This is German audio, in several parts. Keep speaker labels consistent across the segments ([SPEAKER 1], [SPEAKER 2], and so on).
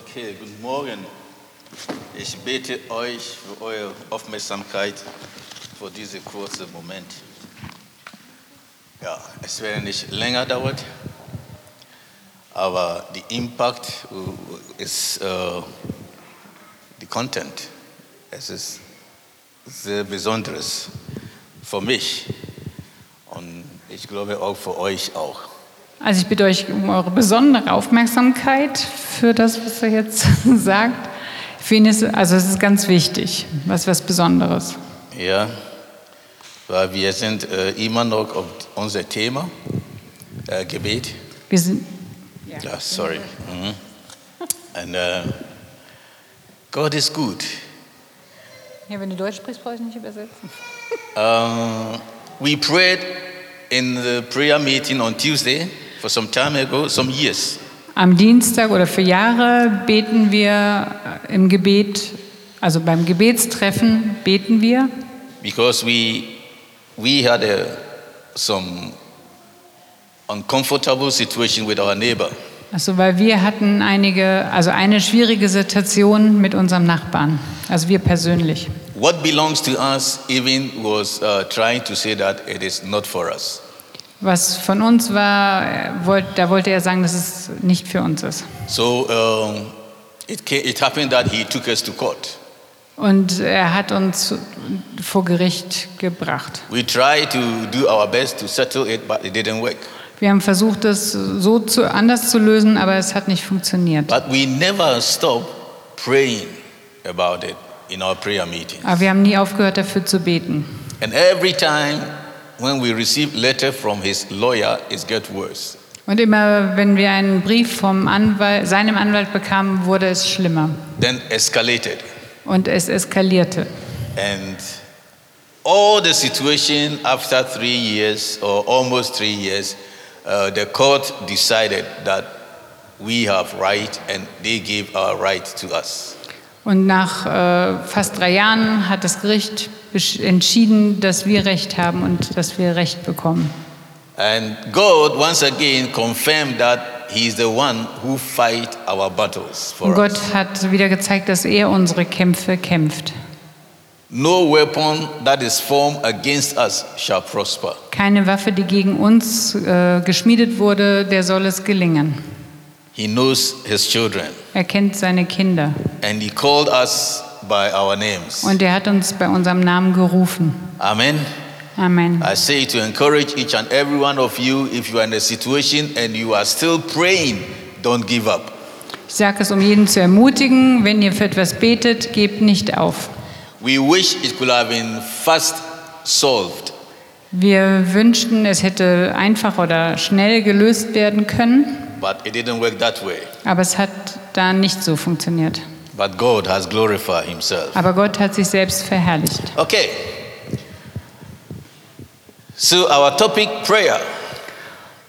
[SPEAKER 1] Okay, guten Morgen. Ich bete euch für eure Aufmerksamkeit für diesen kurzen Moment. Ja, es wird nicht länger dauern, aber der Impact äh, ist äh, der Content. Es ist sehr Besonderes für mich und ich glaube auch für euch auch.
[SPEAKER 2] Also ich bitte euch um eure besondere Aufmerksamkeit für das, was er jetzt sagt. Für ihn ist, also es ist ganz wichtig, was was Besonderes.
[SPEAKER 1] Ja, weil wir sind äh, immer noch auf unser Thema äh, Gebet.
[SPEAKER 2] Wir sind,
[SPEAKER 1] Ja, sorry. Mhm. Und äh, Gott ist gut.
[SPEAKER 2] ja, wenn du Deutsch sprichst, brauche ich nicht übersetzen.
[SPEAKER 1] Um, we prayed in the prayer meeting on Tuesday for some time ago, some years.
[SPEAKER 2] Am Dienstag oder für Jahre beten wir im Gebet, also beim Gebetstreffen beten wir,
[SPEAKER 1] because we we had a, some uncomfortable situation with our neighbor
[SPEAKER 2] also weil wir hatten einige, also eine schwierige Situation mit unserem Nachbarn, also wir persönlich.
[SPEAKER 1] what belongs to us even was uh, trying to say that it is not for us
[SPEAKER 2] Was von uns war, äh, wollt, da wollte er sagen, dass es nicht für uns ist.
[SPEAKER 1] so um, it, ca it happened that he took us to court
[SPEAKER 2] Und er hat uns vor Gericht gebracht.
[SPEAKER 1] we tried to do our best to settle it but it didn't work
[SPEAKER 2] Wir haben versucht, es so zu, anders zu lösen, aber es hat nicht funktioniert.
[SPEAKER 1] but we never stopped praying about it in our prayer meeting
[SPEAKER 2] Aber wir haben nie aufgehört, dafür zu beten.
[SPEAKER 1] and every time when we receive letter from his lawyer it gets worse
[SPEAKER 2] Und immer, wenn wir einen Brief vom Anwalt, seinem Anwalt bekamen, wurde es schlimmer.
[SPEAKER 1] then escalated
[SPEAKER 2] Und es eskalierte.
[SPEAKER 1] And all the situation after three years or almost three years, uh, the court decided that we have right and they gave our right to us.
[SPEAKER 2] Und nach äh, fast drei Jahren hat das Gericht besch- entschieden, dass wir Recht haben und dass wir Recht bekommen.
[SPEAKER 1] And God once again confirmed that He is the one who fight our battles for
[SPEAKER 2] Und
[SPEAKER 1] us.
[SPEAKER 2] Gott hat wieder gezeigt, dass er unsere Kämpfe kämpft.
[SPEAKER 1] No weapon that is formed against us shall prosper.
[SPEAKER 2] Keine Waffe, die gegen uns äh, geschmiedet wurde, der soll es gelingen.
[SPEAKER 1] He knows His children
[SPEAKER 2] Er kennt seine Kinder
[SPEAKER 1] and He called us by our names.
[SPEAKER 2] und er hat uns bei unserem Namen gerufen.
[SPEAKER 1] Amen.
[SPEAKER 2] Amen.
[SPEAKER 1] I say to encourage each and every one of you if you are in a situation and you are still praying, don't give up.
[SPEAKER 2] Ich sage es, um jeden zu ermutigen, wenn ihr für etwas betet, gebt nicht auf.
[SPEAKER 1] We wish it could have been fast solved,
[SPEAKER 2] Wir wünschten, es hätte einfach oder schnell gelöst werden können,
[SPEAKER 1] but it didn't work that way.
[SPEAKER 2] aber es hat da nicht so funktioniert.
[SPEAKER 1] But God has glorified Himself.
[SPEAKER 2] Aber Gott hat sich selbst verherrlicht.
[SPEAKER 1] Okay. So, our topic prayer.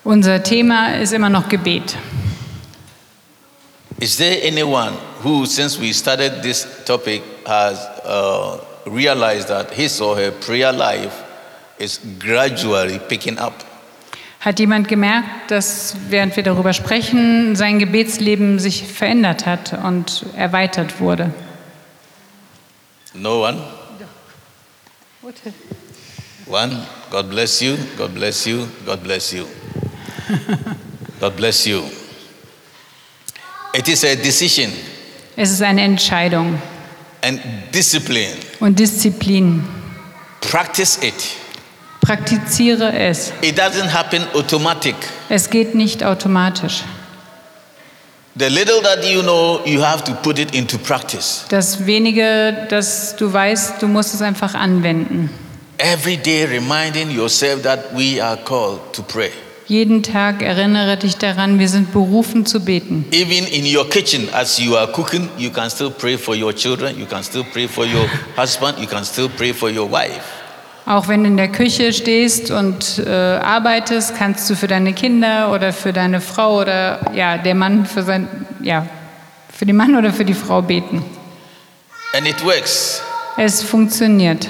[SPEAKER 2] Unser Thema ist immer noch Gebet.
[SPEAKER 1] Is there anyone who, since we started this topic, has uh, realized that his or her prayer life is gradually picking up?
[SPEAKER 2] Hat jemand gemerkt, dass während wir darüber sprechen, sein Gebetsleben sich verändert hat und erweitert wurde?
[SPEAKER 1] No one? One, God bless you, God bless you, God bless you. God bless you. It is a decision
[SPEAKER 2] Es ist eine Entscheidung
[SPEAKER 1] and discipline.
[SPEAKER 2] und Disziplin.
[SPEAKER 1] Practice it.
[SPEAKER 2] Praktiziere es.
[SPEAKER 1] It doesn't happen automatic.
[SPEAKER 2] Es geht nicht automatisch.
[SPEAKER 1] The little that you know, you have to put it into practice.
[SPEAKER 2] Das wenige, das du weißt, du musst es einfach anwenden.
[SPEAKER 1] Every day reminding yourself that we are called to pray.
[SPEAKER 2] Jeden Tag erinnere dich daran, wir sind berufen zu beten.
[SPEAKER 1] Even in your kitchen, as you are cooking, you can still pray for your children, you can still pray for your husband, you can still pray for your wife.
[SPEAKER 2] Auch wenn du in der Küche stehst und äh, arbeitest, kannst du für deine Kinder oder für deine Frau oder ja, der Mann für sein ja, für den Mann oder für die Frau beten.
[SPEAKER 1] And it works.
[SPEAKER 2] Es funktioniert.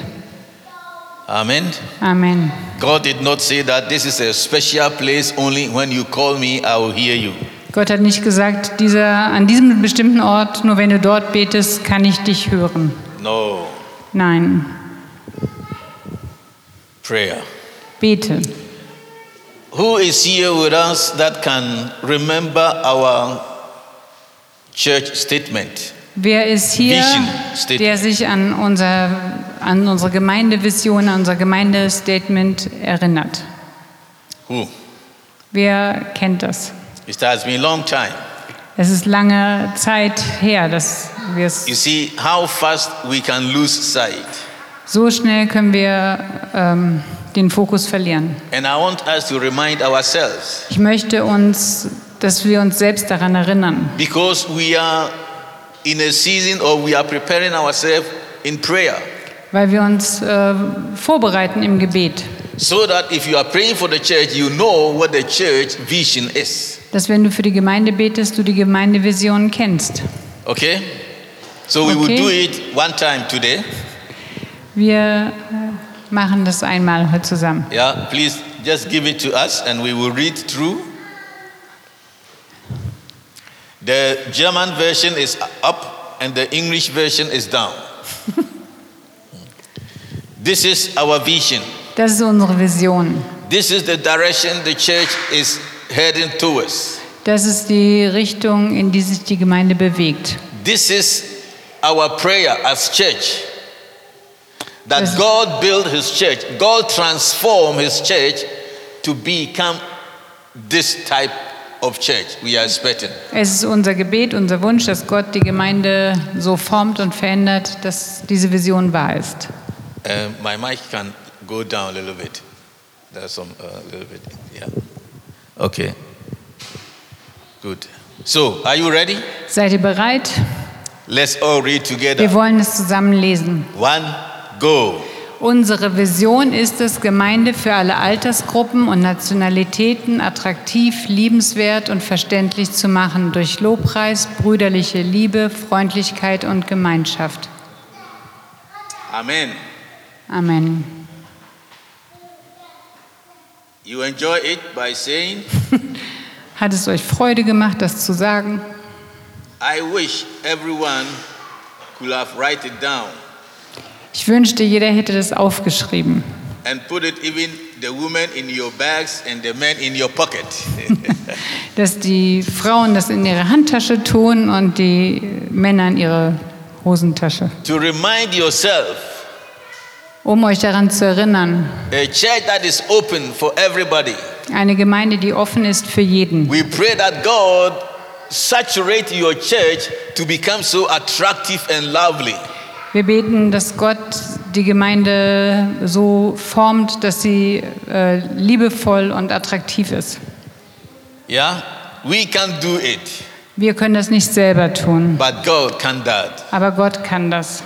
[SPEAKER 1] Amen.
[SPEAKER 2] Amen.
[SPEAKER 1] God did not say that this is a special place only when you call me, I will hear you.
[SPEAKER 2] Gott hat nicht gesagt, dieser, an diesem bestimmten Ort, nur wenn du dort betest, kann ich dich hören.
[SPEAKER 1] No,
[SPEAKER 2] Nein,
[SPEAKER 1] prayer.
[SPEAKER 2] bete.
[SPEAKER 1] Who is here with us that can remember our church statement?
[SPEAKER 2] Wer ist hier,
[SPEAKER 1] Vision Statement.
[SPEAKER 2] der sich an, unser, an unsere Gemeindevision, an unser Gemeindestatement erinnert?
[SPEAKER 1] Who?
[SPEAKER 2] Wer kennt das?
[SPEAKER 1] It has been a long time.
[SPEAKER 2] Es ist lange Zeit her, dass wir es
[SPEAKER 1] You see how fast we can lose sight.
[SPEAKER 2] so schnell können wir ähm, den Fokus verlieren.
[SPEAKER 1] And I want us to remind ourselves
[SPEAKER 2] Ich möchte uns, dass wir uns selbst daran erinnern.
[SPEAKER 1] because we are in a season or we are preparing ourselves in prayer.
[SPEAKER 2] Weil wir uns äh, vorbereiten im Gebet.
[SPEAKER 1] So that if you are praying for the church, you know what the church vision is.
[SPEAKER 2] Dass wenn du für die Gemeinde betest, du die Gemeindevision kennst.
[SPEAKER 1] Okay? So we will
[SPEAKER 2] Okay.
[SPEAKER 1] do it one time today.
[SPEAKER 2] Wir äh, machen das einmal heute zusammen.
[SPEAKER 1] Yeah, please just give it to us and we will read through. The German version is up and the English version is down. this is our vision.
[SPEAKER 2] Das ist unsere Vision.
[SPEAKER 1] This is the direction the church is heading towards.
[SPEAKER 2] Das ist die Richtung, in die sich die Gemeinde bewegt.
[SPEAKER 1] This is our prayer as church. That
[SPEAKER 2] Yes.
[SPEAKER 1] God build his church. God transform his church to become this type of church we are expecting.
[SPEAKER 2] Es ist unser Gebet, unser Wunsch, dass Gott die Gemeinde so formt und verändert, dass diese Vision wahr ist.
[SPEAKER 1] Uh, my mic can go down a little bit. There's some uh, a little bit. Yeah. Okay. Good. So, are you ready?
[SPEAKER 2] Seid ihr bereit?
[SPEAKER 1] Let's all read together.
[SPEAKER 2] Wir wollen es zusammen lesen.
[SPEAKER 1] One, go.
[SPEAKER 2] Unsere Vision ist es, Gemeinde für alle Altersgruppen und Nationalitäten attraktiv, liebenswert und verständlich zu machen durch Lobpreis, brüderliche Liebe, Freundlichkeit und Gemeinschaft.
[SPEAKER 1] Amen.
[SPEAKER 2] Amen.
[SPEAKER 1] You enjoy it by saying,
[SPEAKER 2] Hat es euch Freude gemacht, das zu sagen?
[SPEAKER 1] I wish everyone could have write it down
[SPEAKER 2] Ich wünschte, jeder hätte das aufgeschrieben.
[SPEAKER 1] and put it even the women in your bags and the men in your pocket.
[SPEAKER 2] Dass die Frauen das in ihre Handtasche tun und die Männer in ihre Hosentasche.
[SPEAKER 1] to remind yourself,
[SPEAKER 2] Um euch daran zu erinnern,
[SPEAKER 1] a church that is open for everybody.
[SPEAKER 2] eine Gemeinde, die offen ist für jeden.
[SPEAKER 1] We pray that God saturate your church to become so attractive and lovely.
[SPEAKER 2] Wir beten, dass Gott die Gemeinde so formt, dass sie äh, liebevoll und attraktiv ist.
[SPEAKER 1] Yeah? We can do it,
[SPEAKER 2] Wir können das nicht selber tun,
[SPEAKER 1] but God can that.
[SPEAKER 2] aber Gott kann das.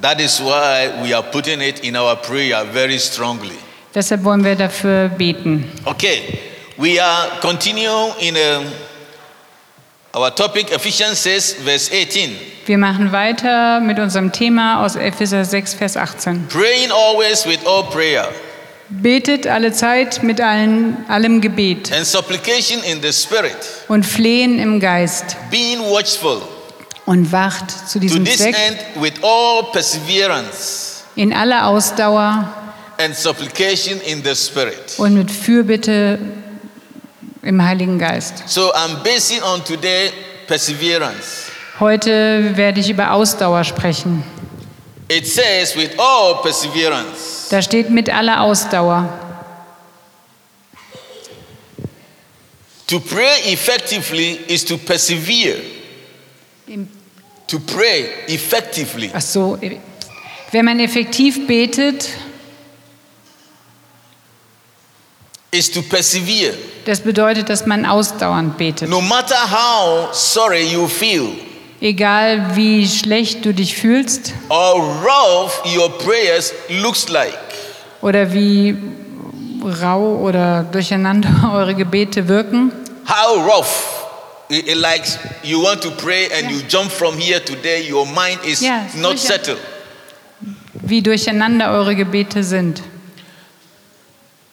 [SPEAKER 1] That is why we are putting it in our prayer very strongly.
[SPEAKER 2] Deshalb wollen wir dafür beten.
[SPEAKER 1] Okay, we are continuing in um, our topic Ephesians 6, verse 18.
[SPEAKER 2] Wir machen weiter mit unserem Thema aus Epheser 6, Vers 18.
[SPEAKER 1] Praying always with all prayer
[SPEAKER 2] Betet alle Zeit mit allen, allem Gebet
[SPEAKER 1] and supplication in the Spirit,
[SPEAKER 2] und Flehen im Geist
[SPEAKER 1] being watchful
[SPEAKER 2] und wacht zu
[SPEAKER 1] to
[SPEAKER 2] diesem
[SPEAKER 1] this
[SPEAKER 2] Zweck
[SPEAKER 1] end with all perseverance
[SPEAKER 2] in aller Ausdauer
[SPEAKER 1] and supplication in the Spirit.
[SPEAKER 2] und mit Fürbitte im Heiligen Geist.
[SPEAKER 1] So I'm basing on today perseverance.
[SPEAKER 2] Heute werde ich über Ausdauer sprechen.
[SPEAKER 1] It says, with all perseverance.
[SPEAKER 2] Da steht mit aller Ausdauer.
[SPEAKER 1] To pray effectively is to persevere. To pray effectively.
[SPEAKER 2] Ach so, wenn man effektiv betet,
[SPEAKER 1] is to persevere.
[SPEAKER 2] das bedeutet, dass man ausdauernd betet.
[SPEAKER 1] No matter how sorry you feel
[SPEAKER 2] Egal wie schlecht du dich fühlst
[SPEAKER 1] or rough your prayers looks like,
[SPEAKER 2] oder wie rau oder durcheinander eure Gebete wirken,
[SPEAKER 1] how rough. It, it likes you want to pray and you jump from here to there, your mind is
[SPEAKER 2] Yeah, it's
[SPEAKER 1] not
[SPEAKER 2] like a-
[SPEAKER 1] settled.
[SPEAKER 2] wie durcheinander eure Gebete sind.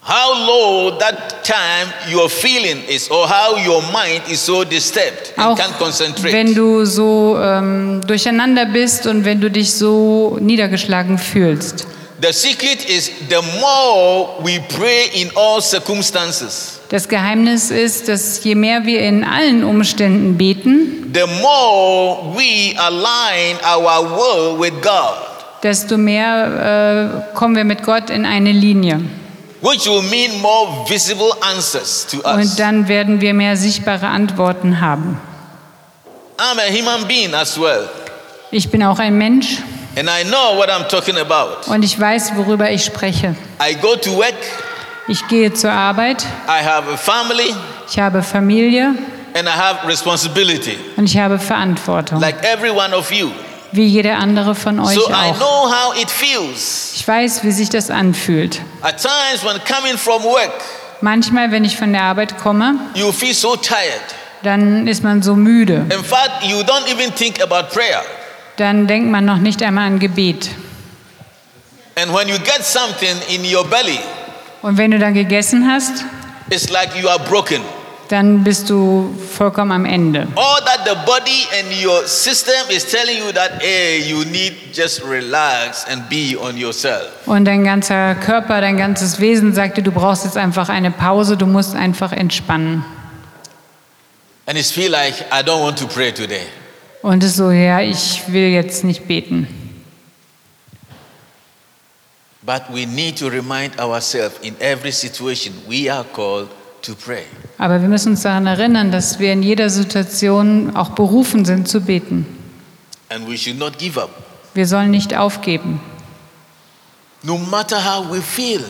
[SPEAKER 1] how low that time your feeling is or how your mind is so disturbed and
[SPEAKER 2] Auch
[SPEAKER 1] can't concentrate.
[SPEAKER 2] wenn du so ähm, durcheinander bist und wenn du dich so niedergeschlagen fühlst.
[SPEAKER 1] the secret is the more we pray in all circumstances,
[SPEAKER 2] Das Geheimnis ist, dass je mehr wir in allen Umständen beten,
[SPEAKER 1] the more we align our will with God,
[SPEAKER 2] desto mehr äh, kommen wir mit Gott in eine Linie.
[SPEAKER 1] which will mean more visible answers to us.
[SPEAKER 2] Und dann werden wir mehr sichtbare Antworten haben.
[SPEAKER 1] I'm a human being as well,
[SPEAKER 2] Ich bin auch ein Mensch
[SPEAKER 1] and I know what I'm talking about.
[SPEAKER 2] und ich weiß, worüber ich spreche.
[SPEAKER 1] I go to work,
[SPEAKER 2] Ich gehe zur Arbeit,
[SPEAKER 1] I have a family,
[SPEAKER 2] ich habe Familie
[SPEAKER 1] and I have responsibility,
[SPEAKER 2] und ich habe Verantwortung,
[SPEAKER 1] like every one of you.
[SPEAKER 2] wie jeder andere von euch
[SPEAKER 1] So I
[SPEAKER 2] auch.
[SPEAKER 1] know how it feels.
[SPEAKER 2] Ich weiß, wie sich das anfühlt.
[SPEAKER 1] At times, when coming from work,
[SPEAKER 2] Manchmal, wenn ich von der Arbeit komme,
[SPEAKER 1] you feel so tired.
[SPEAKER 2] dann ist man so müde.
[SPEAKER 1] In fact, you don't even think about prayer.
[SPEAKER 2] Dann denkt man noch nicht einmal an Gebet.
[SPEAKER 1] And when you get something in your belly,
[SPEAKER 2] Und wenn du dann gegessen hast,
[SPEAKER 1] it's like you are broken.
[SPEAKER 2] dann bist du vollkommen am Ende.
[SPEAKER 1] All that the body and your system is telling you that, hey, you need just relax and be on yourself.
[SPEAKER 2] Und dein ganzer Körper, dein ganzes Wesen sagt dir, du brauchst jetzt einfach eine Pause, du musst einfach entspannen.
[SPEAKER 1] And it's feel like, I don't want to pray today.
[SPEAKER 2] Und es ist so, ja, ich will jetzt nicht beten.
[SPEAKER 1] But we need to remind ourselves in every situation we are called to pray.
[SPEAKER 2] Aber wir müssen uns daran erinnern, dass wir in jeder Situation auch berufen sind zu beten.
[SPEAKER 1] And we should not give up.
[SPEAKER 2] Wir sollen nicht aufgeben,
[SPEAKER 1] No matter how we feel,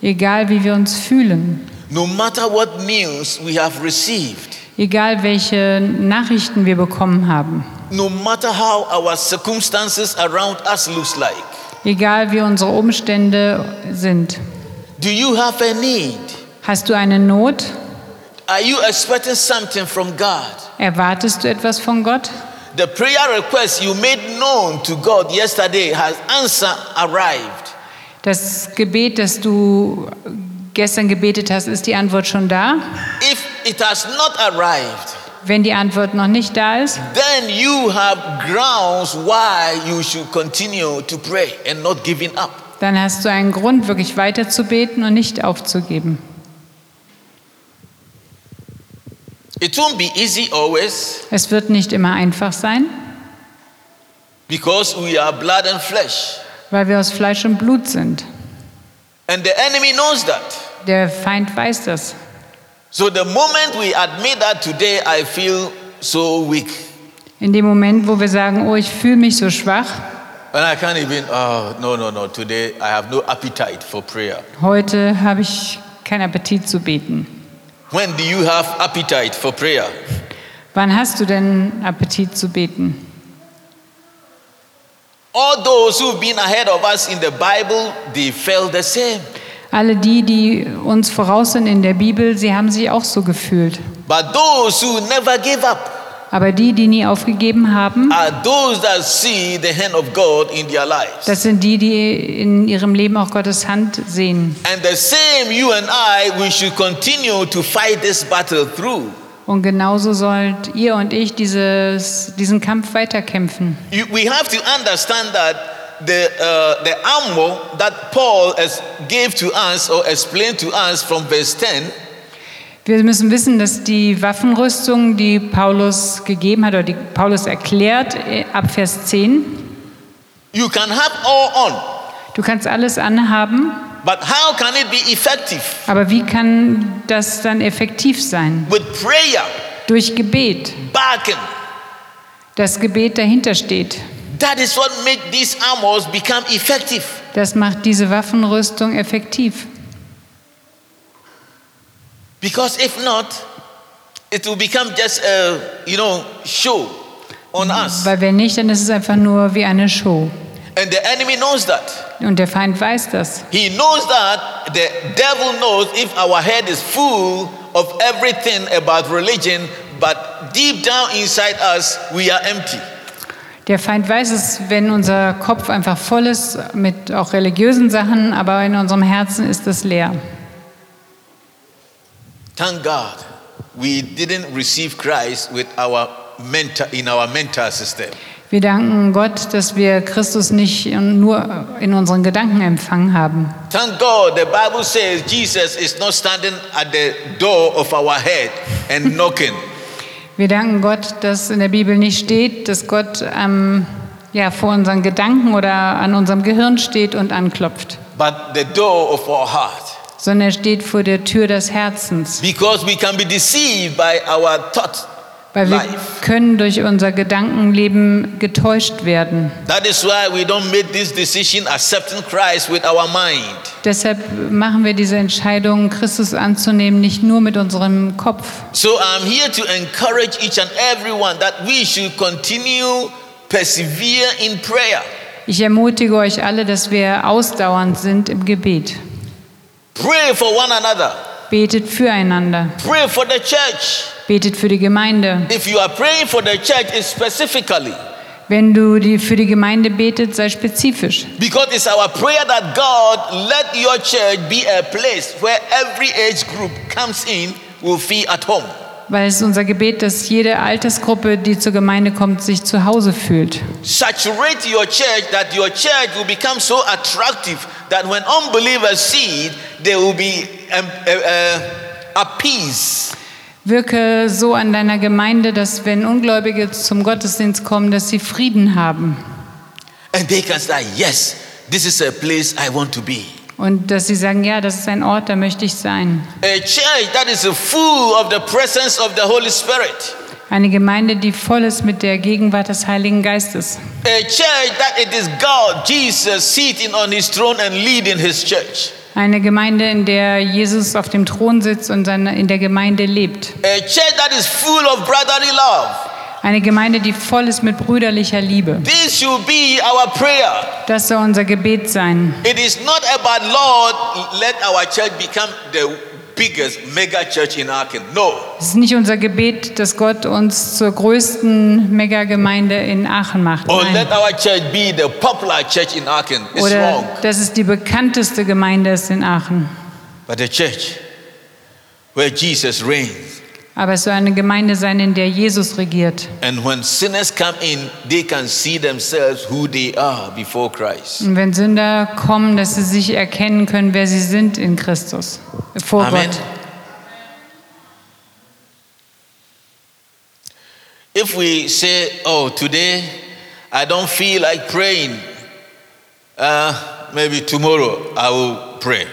[SPEAKER 2] egal wie wir uns fühlen,
[SPEAKER 1] no matter what news we have received,
[SPEAKER 2] egal welche Nachrichten wir bekommen haben,
[SPEAKER 1] no matter how our circumstances around us looks like.
[SPEAKER 2] egal wie unsere Umstände sind.
[SPEAKER 1] Do you have a need?
[SPEAKER 2] Hast du eine Not?
[SPEAKER 1] Are you expecting something from God?
[SPEAKER 2] Erwartest du etwas von Gott?
[SPEAKER 1] The prayer request you made known to God yesterday has answer arrived.
[SPEAKER 2] Das Gebet, das du gestern gebetet hast, ist die Antwort schon da?
[SPEAKER 1] If it has not arrived,
[SPEAKER 2] Wenn die Antwort noch nicht da ist,
[SPEAKER 1] then you have grounds why you should continue to pray and not giving up.
[SPEAKER 2] dann hast du einen Grund, wirklich weiter zu beten und nicht aufzugeben.
[SPEAKER 1] It won't be easy always
[SPEAKER 2] Es wird nicht immer einfach sein,
[SPEAKER 1] because we are blood and flesh.
[SPEAKER 2] weil wir aus Fleisch und Blut sind.
[SPEAKER 1] And the enemy knows that.
[SPEAKER 2] Der Feind weiß das.
[SPEAKER 1] So the moment we admit that today, I feel so weak.
[SPEAKER 2] In dem Moment, wo wir sagen, oh, ich fühle mich so schwach,
[SPEAKER 1] And I can't even, oh, no, no, no, today I have no appetite for prayer.
[SPEAKER 2] heute habe ich keinen Appetit zu beten.
[SPEAKER 1] When do you have appetite for prayer?
[SPEAKER 2] Wann hast du denn Appetit zu beten?
[SPEAKER 1] All those who've been ahead of us in the Bible, they felt the same.
[SPEAKER 2] Alle die, die uns voraus sind in der Bibel, sie haben sich auch so gefühlt.
[SPEAKER 1] But those who never gave up
[SPEAKER 2] Aber die, die nie aufgegeben haben,
[SPEAKER 1] are those that see the hand of God in their lives.
[SPEAKER 2] das sind die, die in ihrem Leben auch Gottes Hand sehen.
[SPEAKER 1] And the same, you and I, we should continue to fight this battle through.
[SPEAKER 2] Und genauso sollt ihr und ich dieses, diesen Kampf weiterkämpfen.
[SPEAKER 1] You, we have to understand that the, uh, the armor that Paul has gave to us or explained to us from verse 10
[SPEAKER 2] Wir müssen wissen, dass die Waffenrüstung, die Paulus gegeben hat oder die Paulus erklärt, äh, ab Vers 10,
[SPEAKER 1] You can have all on,
[SPEAKER 2] du kannst alles anhaben,
[SPEAKER 1] but how can it be effective?
[SPEAKER 2] aber wie kann das dann effektiv sein?
[SPEAKER 1] With prayer,
[SPEAKER 2] Durch Gebet,
[SPEAKER 1] barking.
[SPEAKER 2] das Gebet dahinter steht.
[SPEAKER 1] That is what makes these armors become effective.
[SPEAKER 2] Das macht diese Waffenrüstung effektiv.
[SPEAKER 1] Because if not, it will become just a, you know, show on us.
[SPEAKER 2] Weil wenn nicht, dann ist es einfach nur wie eine Show.
[SPEAKER 1] And the enemy knows that.
[SPEAKER 2] Und der Feind weiß das.
[SPEAKER 1] He knows that the devil knows if our head is full of everything about religion, but deep down inside us, we are empty.
[SPEAKER 2] Der Feind weiß es, wenn unser Kopf einfach voll ist mit auch religiösen Sachen, aber in unserem Herzen ist es leer.
[SPEAKER 1] Thank God we didn't receive Christ with our mentor, in our mentor system.
[SPEAKER 2] Wir danken Gott, dass wir Christus nicht nur in unseren Gedanken empfangen haben.
[SPEAKER 1] Thank God the Bible says Jesus is not standing at the door of our head and knocking.
[SPEAKER 2] Wir danken Gott, dass in der Bibel nicht steht, dass Gott ähm, ja, vor unseren Gedanken oder an unserem Gehirn steht und anklopft,
[SPEAKER 1] but the door of our heart.
[SPEAKER 2] sondern er steht vor der Tür des Herzens.
[SPEAKER 1] Because we can be deceived by our thought
[SPEAKER 2] Weil wir
[SPEAKER 1] Life.
[SPEAKER 2] können durch unser Gedankenleben getäuscht werden.
[SPEAKER 1] That is why we don't make this decision accepting Christ with our mind.
[SPEAKER 2] Deshalb machen wir diese Entscheidung, Christus anzunehmen, nicht nur mit unserem Kopf.
[SPEAKER 1] So I'm here to encourage each and everyone that we should continue persevere in prayer.
[SPEAKER 2] Ich ermutige euch alle, dass wir ausdauernd sind im Gebet.
[SPEAKER 1] Pray for one another.
[SPEAKER 2] Betet füreinander.
[SPEAKER 1] Pray for the church.
[SPEAKER 2] Betet für die Gemeinde.
[SPEAKER 1] If you are praying for the church it's specifically
[SPEAKER 2] Wenn du die, für die Gemeinde betet, sei spezifisch.
[SPEAKER 1] because it's our prayer that God let your church be a place where every age group comes in will feel at home.
[SPEAKER 2] Weil es ist unser Gebet, dass jede Altersgruppe, die zur Gemeinde kommt, sich zu Hause fühlt.
[SPEAKER 1] Saturate your church that your church will become so attractive that when unbelievers see it, they will be um, uh, uh, appeased.
[SPEAKER 2] Wirke so an deiner Gemeinde, dass wenn Ungläubige zum Gottesdienst kommen, dass sie Frieden haben
[SPEAKER 1] And they can say, Yes, this is a place I want to be.
[SPEAKER 2] und dass sie sagen, ja, das ist ein Ort, da möchte ich sein.
[SPEAKER 1] A church that is full of the presence of the Holy Spirit.
[SPEAKER 2] Eine Gemeinde, die voll ist mit der Gegenwart des Heiligen Geistes.
[SPEAKER 1] A church that it is God, Jesus, sitting on his throne and leading his church.
[SPEAKER 2] Eine Gemeinde, in der Jesus auf dem Thron sitzt und seine, in der Gemeinde lebt.
[SPEAKER 1] A church that is full of brotherly love.
[SPEAKER 2] Eine Gemeinde, die voll ist mit brüderlicher Liebe.
[SPEAKER 1] This should be our prayer.
[SPEAKER 2] Das soll unser Gebet sein.
[SPEAKER 1] It is not about Lord, let our church become the biggest mega church in our kingdom. No.
[SPEAKER 2] Es ist nicht unser Gebet, dass Gott uns zur größten Megagemeinde in Aachen macht.
[SPEAKER 1] Or let
[SPEAKER 2] Nein.
[SPEAKER 1] our church be the popular church in our kingdom. It's
[SPEAKER 2] Oder
[SPEAKER 1] wrong.
[SPEAKER 2] dass es die bekannteste Gemeinde ist in Aachen.
[SPEAKER 1] But the church where Jesus reigns.
[SPEAKER 2] Aber es soll eine Gemeinde sein, in der Jesus regiert.
[SPEAKER 1] And when sinners come in, they can see themselves who they are before Christ.
[SPEAKER 2] Und wenn Sünder kommen, dass sie sich erkennen können, wer sie sind in Christus, vor
[SPEAKER 1] Amen.
[SPEAKER 2] Gott.
[SPEAKER 1] If we say, oh, today I don't feel like praying, uh, maybe tomorrow I will pray.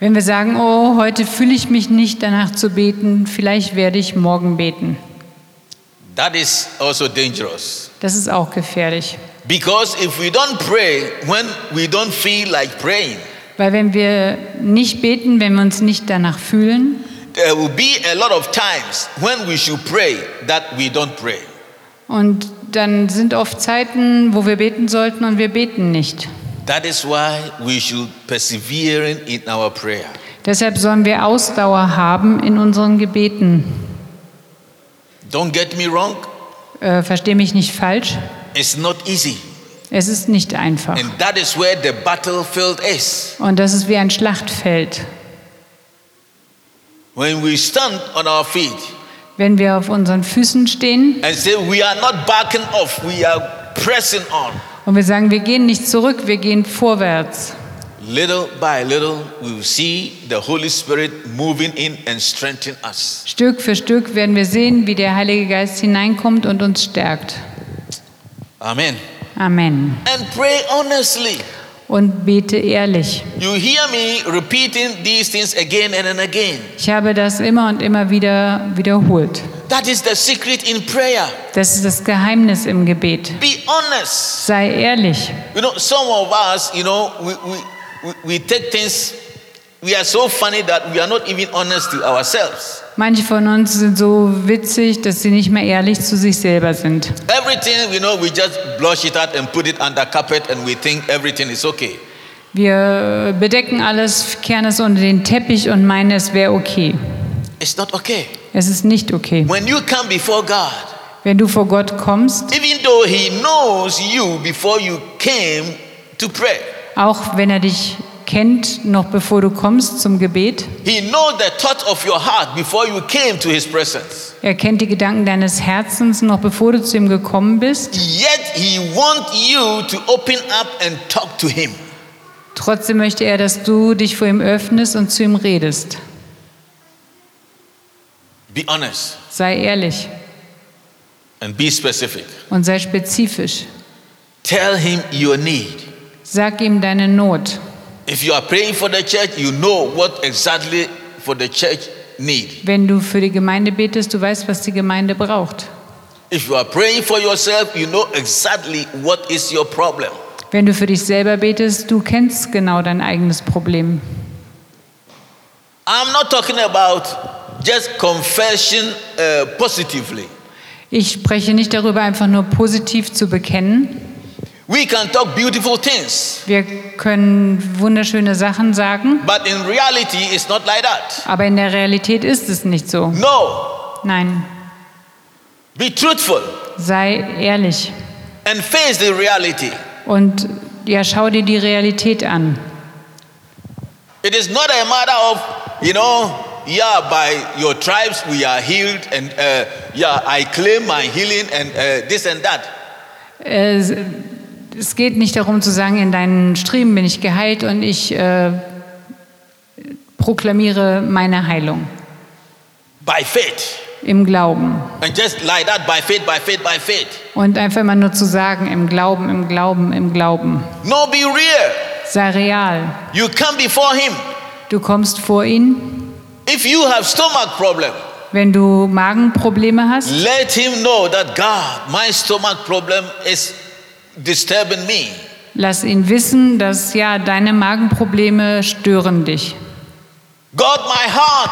[SPEAKER 2] Wenn wir sagen, oh, heute fühle ich mich nicht danach zu beten, vielleicht werde ich morgen beten.
[SPEAKER 1] That is also dangerous.
[SPEAKER 2] Das ist auch gefährlich.
[SPEAKER 1] Because if we don't pray when we don't feel like praying,
[SPEAKER 2] Weil wenn wir nicht beten, wenn wir uns nicht danach fühlen,
[SPEAKER 1] there will be a lot of times when we should pray that we don't pray.
[SPEAKER 2] und dann sind oft Zeiten, wo wir beten sollten und wir beten nicht.
[SPEAKER 1] That is why we should persevere in our prayer.
[SPEAKER 2] Deshalb sollen wir Ausdauer haben in unseren Gebeten.
[SPEAKER 1] Don't get me wrong,
[SPEAKER 2] Äh, versteh mich nicht falsch,
[SPEAKER 1] it's not easy.
[SPEAKER 2] es ist nicht einfach.
[SPEAKER 1] And that is where the battlefield is.
[SPEAKER 2] Und das ist wie ein Schlachtfeld.
[SPEAKER 1] When we stand on our feet
[SPEAKER 2] Wenn wir auf unseren Füßen stehen
[SPEAKER 1] and say, We are not backing off, we are pressing on.
[SPEAKER 2] und wir sagen, wir gehen nicht zurück, wir gehen vorwärts.
[SPEAKER 1] Little by little, we will see the Holy Spirit moving in and strengthening us.
[SPEAKER 2] Stück für Stück werden wir sehen, wie der Heilige Geist hineinkommt und uns stärkt.
[SPEAKER 1] Amen.
[SPEAKER 2] Amen.
[SPEAKER 1] And pray honestly.
[SPEAKER 2] Und bete ehrlich.
[SPEAKER 1] You hear me repeating these things again and, and again.
[SPEAKER 2] Ich habe das immer und immer wieder wiederholt.
[SPEAKER 1] That is the secret in prayer.
[SPEAKER 2] Das ist das Geheimnis im Gebet.
[SPEAKER 1] Be honest.
[SPEAKER 2] Sei ehrlich.
[SPEAKER 1] You know, some of us, you know, we, we, we, we take things, we are so funny that we are not even honest to ourselves.
[SPEAKER 2] Manche von uns sind so witzig, dass sie nicht mehr ehrlich zu sich selber sind.
[SPEAKER 1] Everything, you know, we just blush it out and put it under carpet and we think everything is okay.
[SPEAKER 2] Wir bedecken alles, kehren es unter den Teppich und meinen, es wäre okay.
[SPEAKER 1] It's not okay.
[SPEAKER 2] Es ist nicht okay.
[SPEAKER 1] When you come before God,
[SPEAKER 2] Wenn du vor Gott kommst,
[SPEAKER 1] even though He knows you before you came to pray,
[SPEAKER 2] auch wenn er dich kennt, noch bevor du kommst zum Gebet.
[SPEAKER 1] He knows the thought of your heart before you came to his presence.
[SPEAKER 2] Er kennt die Gedanken deines Herzens, noch bevor du zu ihm gekommen bist.
[SPEAKER 1] Yet he wants you to open up and talk to him.
[SPEAKER 2] Trotzdem möchte er, dass du dich vor ihm öffnest und zu ihm redest.
[SPEAKER 1] Be honest
[SPEAKER 2] Sei ehrlich
[SPEAKER 1] and be specific.
[SPEAKER 2] und sei spezifisch.
[SPEAKER 1] Tell him your need.
[SPEAKER 2] Sag ihm deine Not.
[SPEAKER 1] If you are praying for the church, you know what exactly for the church need.
[SPEAKER 2] Wenn du für die Gemeinde betest, du weißt, was die Gemeinde braucht.
[SPEAKER 1] If you are praying for yourself, you know exactly what is your problem.
[SPEAKER 2] Wenn du für dich selber betest, du kennst genau dein eigenes Problem.
[SPEAKER 1] I'm not talking about just confession uh, positively.
[SPEAKER 2] Ich spreche nicht darüber, einfach nur positiv zu bekennen.
[SPEAKER 1] We can talk beautiful things,
[SPEAKER 2] Wir können wunderschöne Sachen sagen,
[SPEAKER 1] but in reality, it's not like that.
[SPEAKER 2] aber in der Realität ist es nicht so.
[SPEAKER 1] No,
[SPEAKER 2] Nein,
[SPEAKER 1] be truthful
[SPEAKER 2] sei ehrlich
[SPEAKER 1] and face the reality.
[SPEAKER 2] und ja, schau dir die Realität an.
[SPEAKER 1] It is not a matter of, you know, yeah, by your tribes we are healed, and uh, yeah, I claim my healing, and uh, this and that.
[SPEAKER 2] Es, es geht nicht darum zu sagen, in deinen Striemen bin ich geheilt und ich äh, proklamiere meine Heilung
[SPEAKER 1] By faith.
[SPEAKER 2] im Glauben.
[SPEAKER 1] And just like that, by faith, by faith, by faith.
[SPEAKER 2] Und einfach immer nur zu sagen, im Glauben, im Glauben, im Glauben.
[SPEAKER 1] No, be real.
[SPEAKER 2] Sei real.
[SPEAKER 1] You come before Him.
[SPEAKER 2] Du kommst vor ihn,
[SPEAKER 1] If you have stomach problem,
[SPEAKER 2] wenn du Magenprobleme hast,
[SPEAKER 1] let Him know that God, my stomach problem is disturbing me.
[SPEAKER 2] lass ihn wissen, dass ja deine Magenprobleme stören dich.
[SPEAKER 1] God, my heart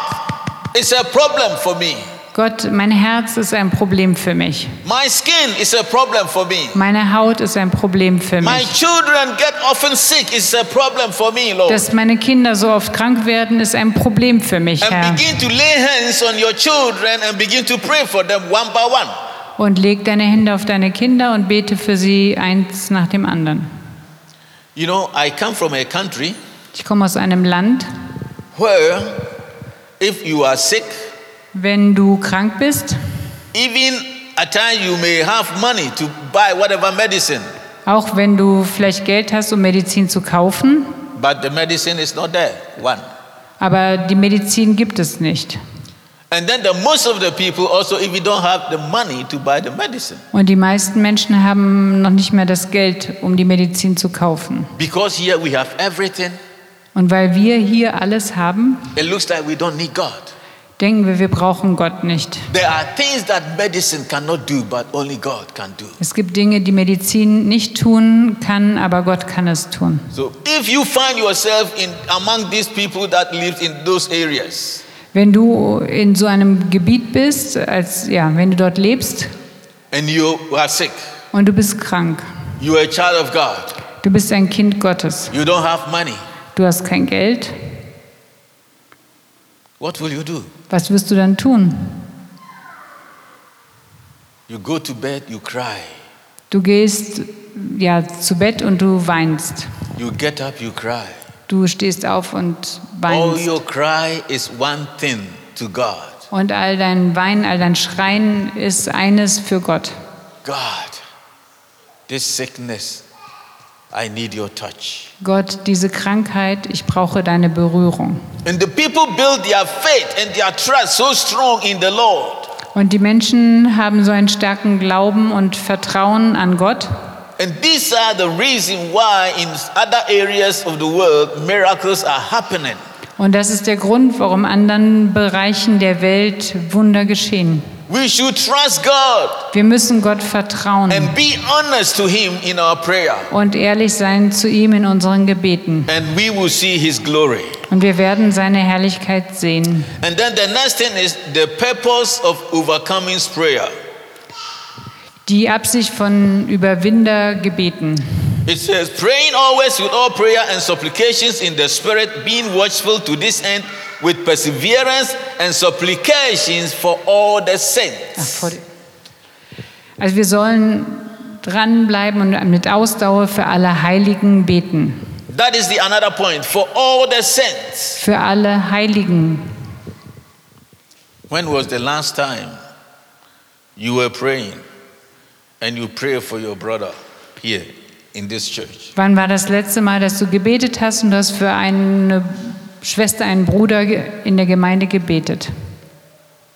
[SPEAKER 1] is a problem for me.
[SPEAKER 2] Gott, mein Herz ist ein Problem für mich.
[SPEAKER 1] My skin is a problem for me.
[SPEAKER 2] Meine Haut ist ein Problem für
[SPEAKER 1] My
[SPEAKER 2] mich.
[SPEAKER 1] children get often sick. It's a problem for me, Lord.
[SPEAKER 2] Dass meine Kinder so oft krank werden, ist ein Problem für mich, Herr.
[SPEAKER 1] and begin to lay hands on your children and begin to pray for them one by one.
[SPEAKER 2] Und leg deine Hände auf deine Kinder und bete für sie eins nach dem anderen.
[SPEAKER 1] You know, I come from a country
[SPEAKER 2] Ich komme aus einem Land,
[SPEAKER 1] where if you are sick,
[SPEAKER 2] wenn du krank bist,
[SPEAKER 1] even at times you may have money to buy whatever medicine,
[SPEAKER 2] auch wenn du vielleicht Geld hast, um Medizin zu kaufen,
[SPEAKER 1] but the medicine is not there. One.
[SPEAKER 2] aber die Medizin gibt es nicht.
[SPEAKER 1] And then the most of the people also, if you don't have the money to buy the medicine,
[SPEAKER 2] Und die meisten Menschen haben noch nicht mehr das Geld, um die Medizin zu kaufen.
[SPEAKER 1] because here we have everything,
[SPEAKER 2] Und weil wir hier alles haben,
[SPEAKER 1] it looks like we don't need God.
[SPEAKER 2] denken wir, wir brauchen Gott nicht.
[SPEAKER 1] There are things that medicine cannot do, but only God can do.
[SPEAKER 2] Es gibt Dinge, die Medizin nicht tun kann, aber Gott kann es tun.
[SPEAKER 1] So if you find yourself in among these people that lived in those areas,
[SPEAKER 2] Wenn du in so einem Gebiet bist, als ja, wenn du dort lebst
[SPEAKER 1] and you are sick,
[SPEAKER 2] und du bist krank,
[SPEAKER 1] you are a child of God,
[SPEAKER 2] du bist ein Kind Gottes,
[SPEAKER 1] you don't have money,
[SPEAKER 2] du hast kein Geld,
[SPEAKER 1] what will you do?
[SPEAKER 2] was wirst du dann tun?
[SPEAKER 1] You go to bed, you cry.
[SPEAKER 2] Du gehst ja zu Bett und du weinst.
[SPEAKER 1] You get up, you cry.
[SPEAKER 2] Du stehst auf und
[SPEAKER 1] All
[SPEAKER 2] weinst.
[SPEAKER 1] your cry is one thing to God.
[SPEAKER 2] Und all dein Weinen, all dein Schreien ist eines für Gott.
[SPEAKER 1] God, this sickness, I need your touch.
[SPEAKER 2] Gott, diese Krankheit, ich brauche deine Berührung.
[SPEAKER 1] And the people build their faith and their trust so strong in the Lord.
[SPEAKER 2] Und die Menschen haben so einen starken Glauben und Vertrauen an Gott.
[SPEAKER 1] And these are the reason why in other areas of the world miracles are happening.
[SPEAKER 2] Und das ist der Grund, warum anderen Bereichen der Welt Wunder geschehen.
[SPEAKER 1] We should trust God
[SPEAKER 2] Wir müssen Gott vertrauen
[SPEAKER 1] and be honest to Him in our prayer,
[SPEAKER 2] und ehrlich sein zu ihm in unseren Gebeten.
[SPEAKER 1] and we will see His glory.
[SPEAKER 2] Und wir werden seine Herrlichkeit sehen.
[SPEAKER 1] And then the next thing is the purpose of overcoming prayer.
[SPEAKER 2] Die Absicht von Überwindergebeten.
[SPEAKER 1] It says, praying always with all prayer and supplications in the Spirit, being watchful to this end with perseverance and supplications for all the
[SPEAKER 2] Ach,
[SPEAKER 1] saints.
[SPEAKER 2] vor die- Also wir sollen dranbleiben und mit Ausdauer für alle Heiligen beten.
[SPEAKER 1] That is the another point for all the saints.
[SPEAKER 2] für alle Heiligen.
[SPEAKER 1] When was the last time you were praying and you prayed for your brother here in this church?
[SPEAKER 2] Wann war das letzte Mal, dass du gebetet hast und du hast für eine Schwester, einen Bruder ge- in der Gemeinde gebetet?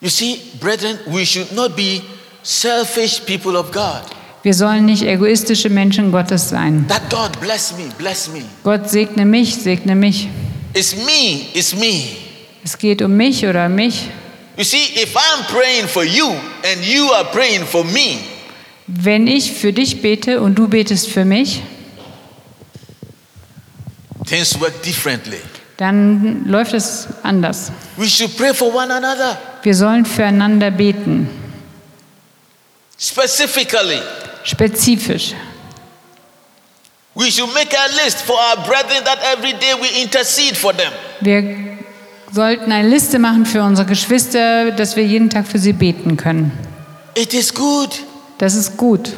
[SPEAKER 1] You see, brethren, we should not be selfish people of God.
[SPEAKER 2] Wir sollen nicht egoistische Menschen Gottes sein.
[SPEAKER 1] That God bless me, bless me.
[SPEAKER 2] Gott segne mich, segne mich.
[SPEAKER 1] It's me, it's me.
[SPEAKER 2] Es geht um mich oder mich.
[SPEAKER 1] You see, if I'm praying for you and you are praying for me,
[SPEAKER 2] Wenn ich für dich bete und du betest für mich,
[SPEAKER 1] things work differently.
[SPEAKER 2] dann läuft es anders.
[SPEAKER 1] We should pray for one another
[SPEAKER 2] Wir sollen füreinander beten,
[SPEAKER 1] specifically.
[SPEAKER 2] spezifisch.
[SPEAKER 1] We should make a list for our brethren that every day we intercede for them.
[SPEAKER 2] Wir sollten eine Liste machen für unsere Geschwister, dass wir jeden Tag für sie beten können.
[SPEAKER 1] It is good.
[SPEAKER 2] Das ist gut.